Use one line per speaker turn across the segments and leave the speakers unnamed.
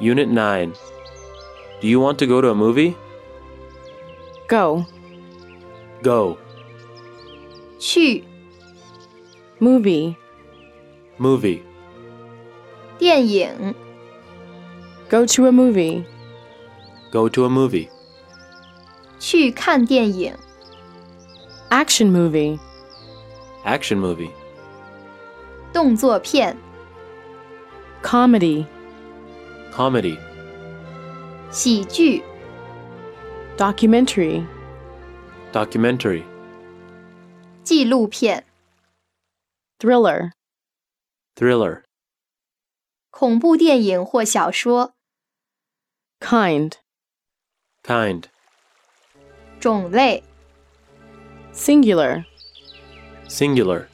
Unit 9. Do you want to go to a movie?
Go.
Go.
去
Movie.
Movie.
电影、
Go to a movie.
Go to a movie.
去看电影、
Action movie.
Action movie.
动作片、
Comedy.
Comedy.
喜剧、
Documentary.
Documentary.
纪录片、
Thriller.
Thriller.
恐怖电影或小说、
Kind.
Kind.
种类、
Singular.
Singular.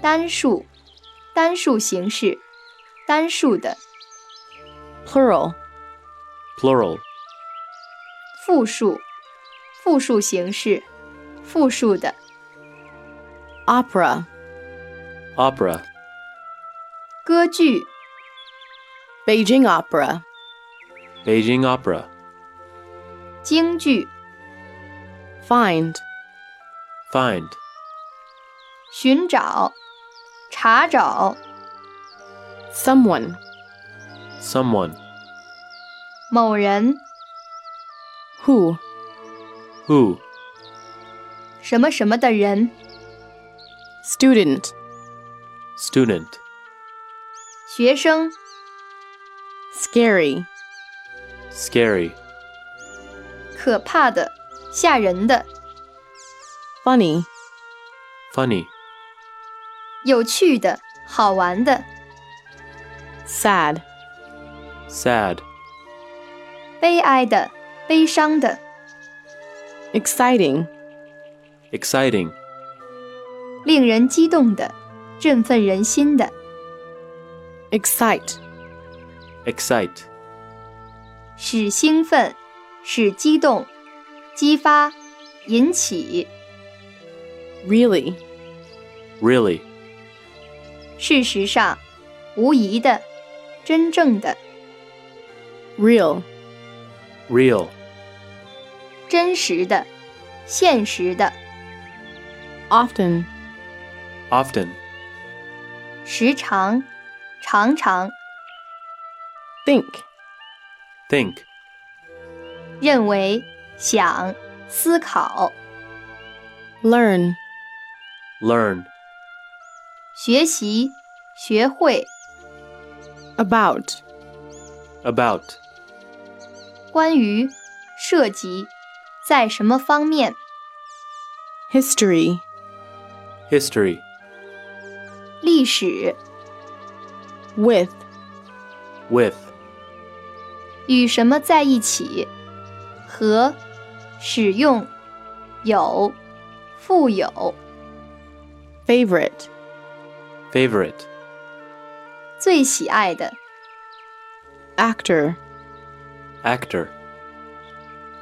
单数、单数形式、单数的、
Plural.
Plural.
复数、复数形式、复数的、
Opera.
Opera.
歌剧、
Beijing Opera.
Beijing Opera.
京剧、
Find.
Find.
寻找、查找、
Someone.
Someone.
某人、
Who.
Who.
什么什么的人、
Student.
Student.
学生、
Scary.
Scary.
可怕的、吓人的、
Funny.
Funny.
有趣的、好玩的、
Sad.
Sad.
悲哀的、悲伤的、
Exciting.
Exciting.
令人激动的、振奋人心的、
Excite.
Excite.
使兴奋、使激动、激发、引起、
Really.
Really.
事实上、无疑的、真正的、
Real.
Real.
真实的、现实的、
Often.
Often.
时常、常常、
Think.
Think.
认为、想、思考、
Learn.
Learn.
学习、学会、
About.
About.
关于、涉及、在什么方面、
History.
History.
历史。
With.
With.
与什么在一起，和使用有富有
Favorite.
Favorite.
最喜爱的
Actor.
Actor.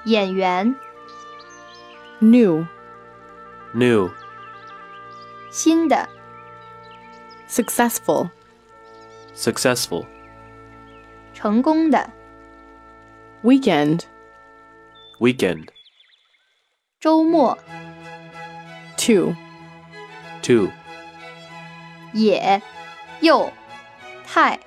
演员、
New.
New.
新的
Successful.
Successful.
成功的
Weekend.
Weekend.
周末
Two.
Two.
也又太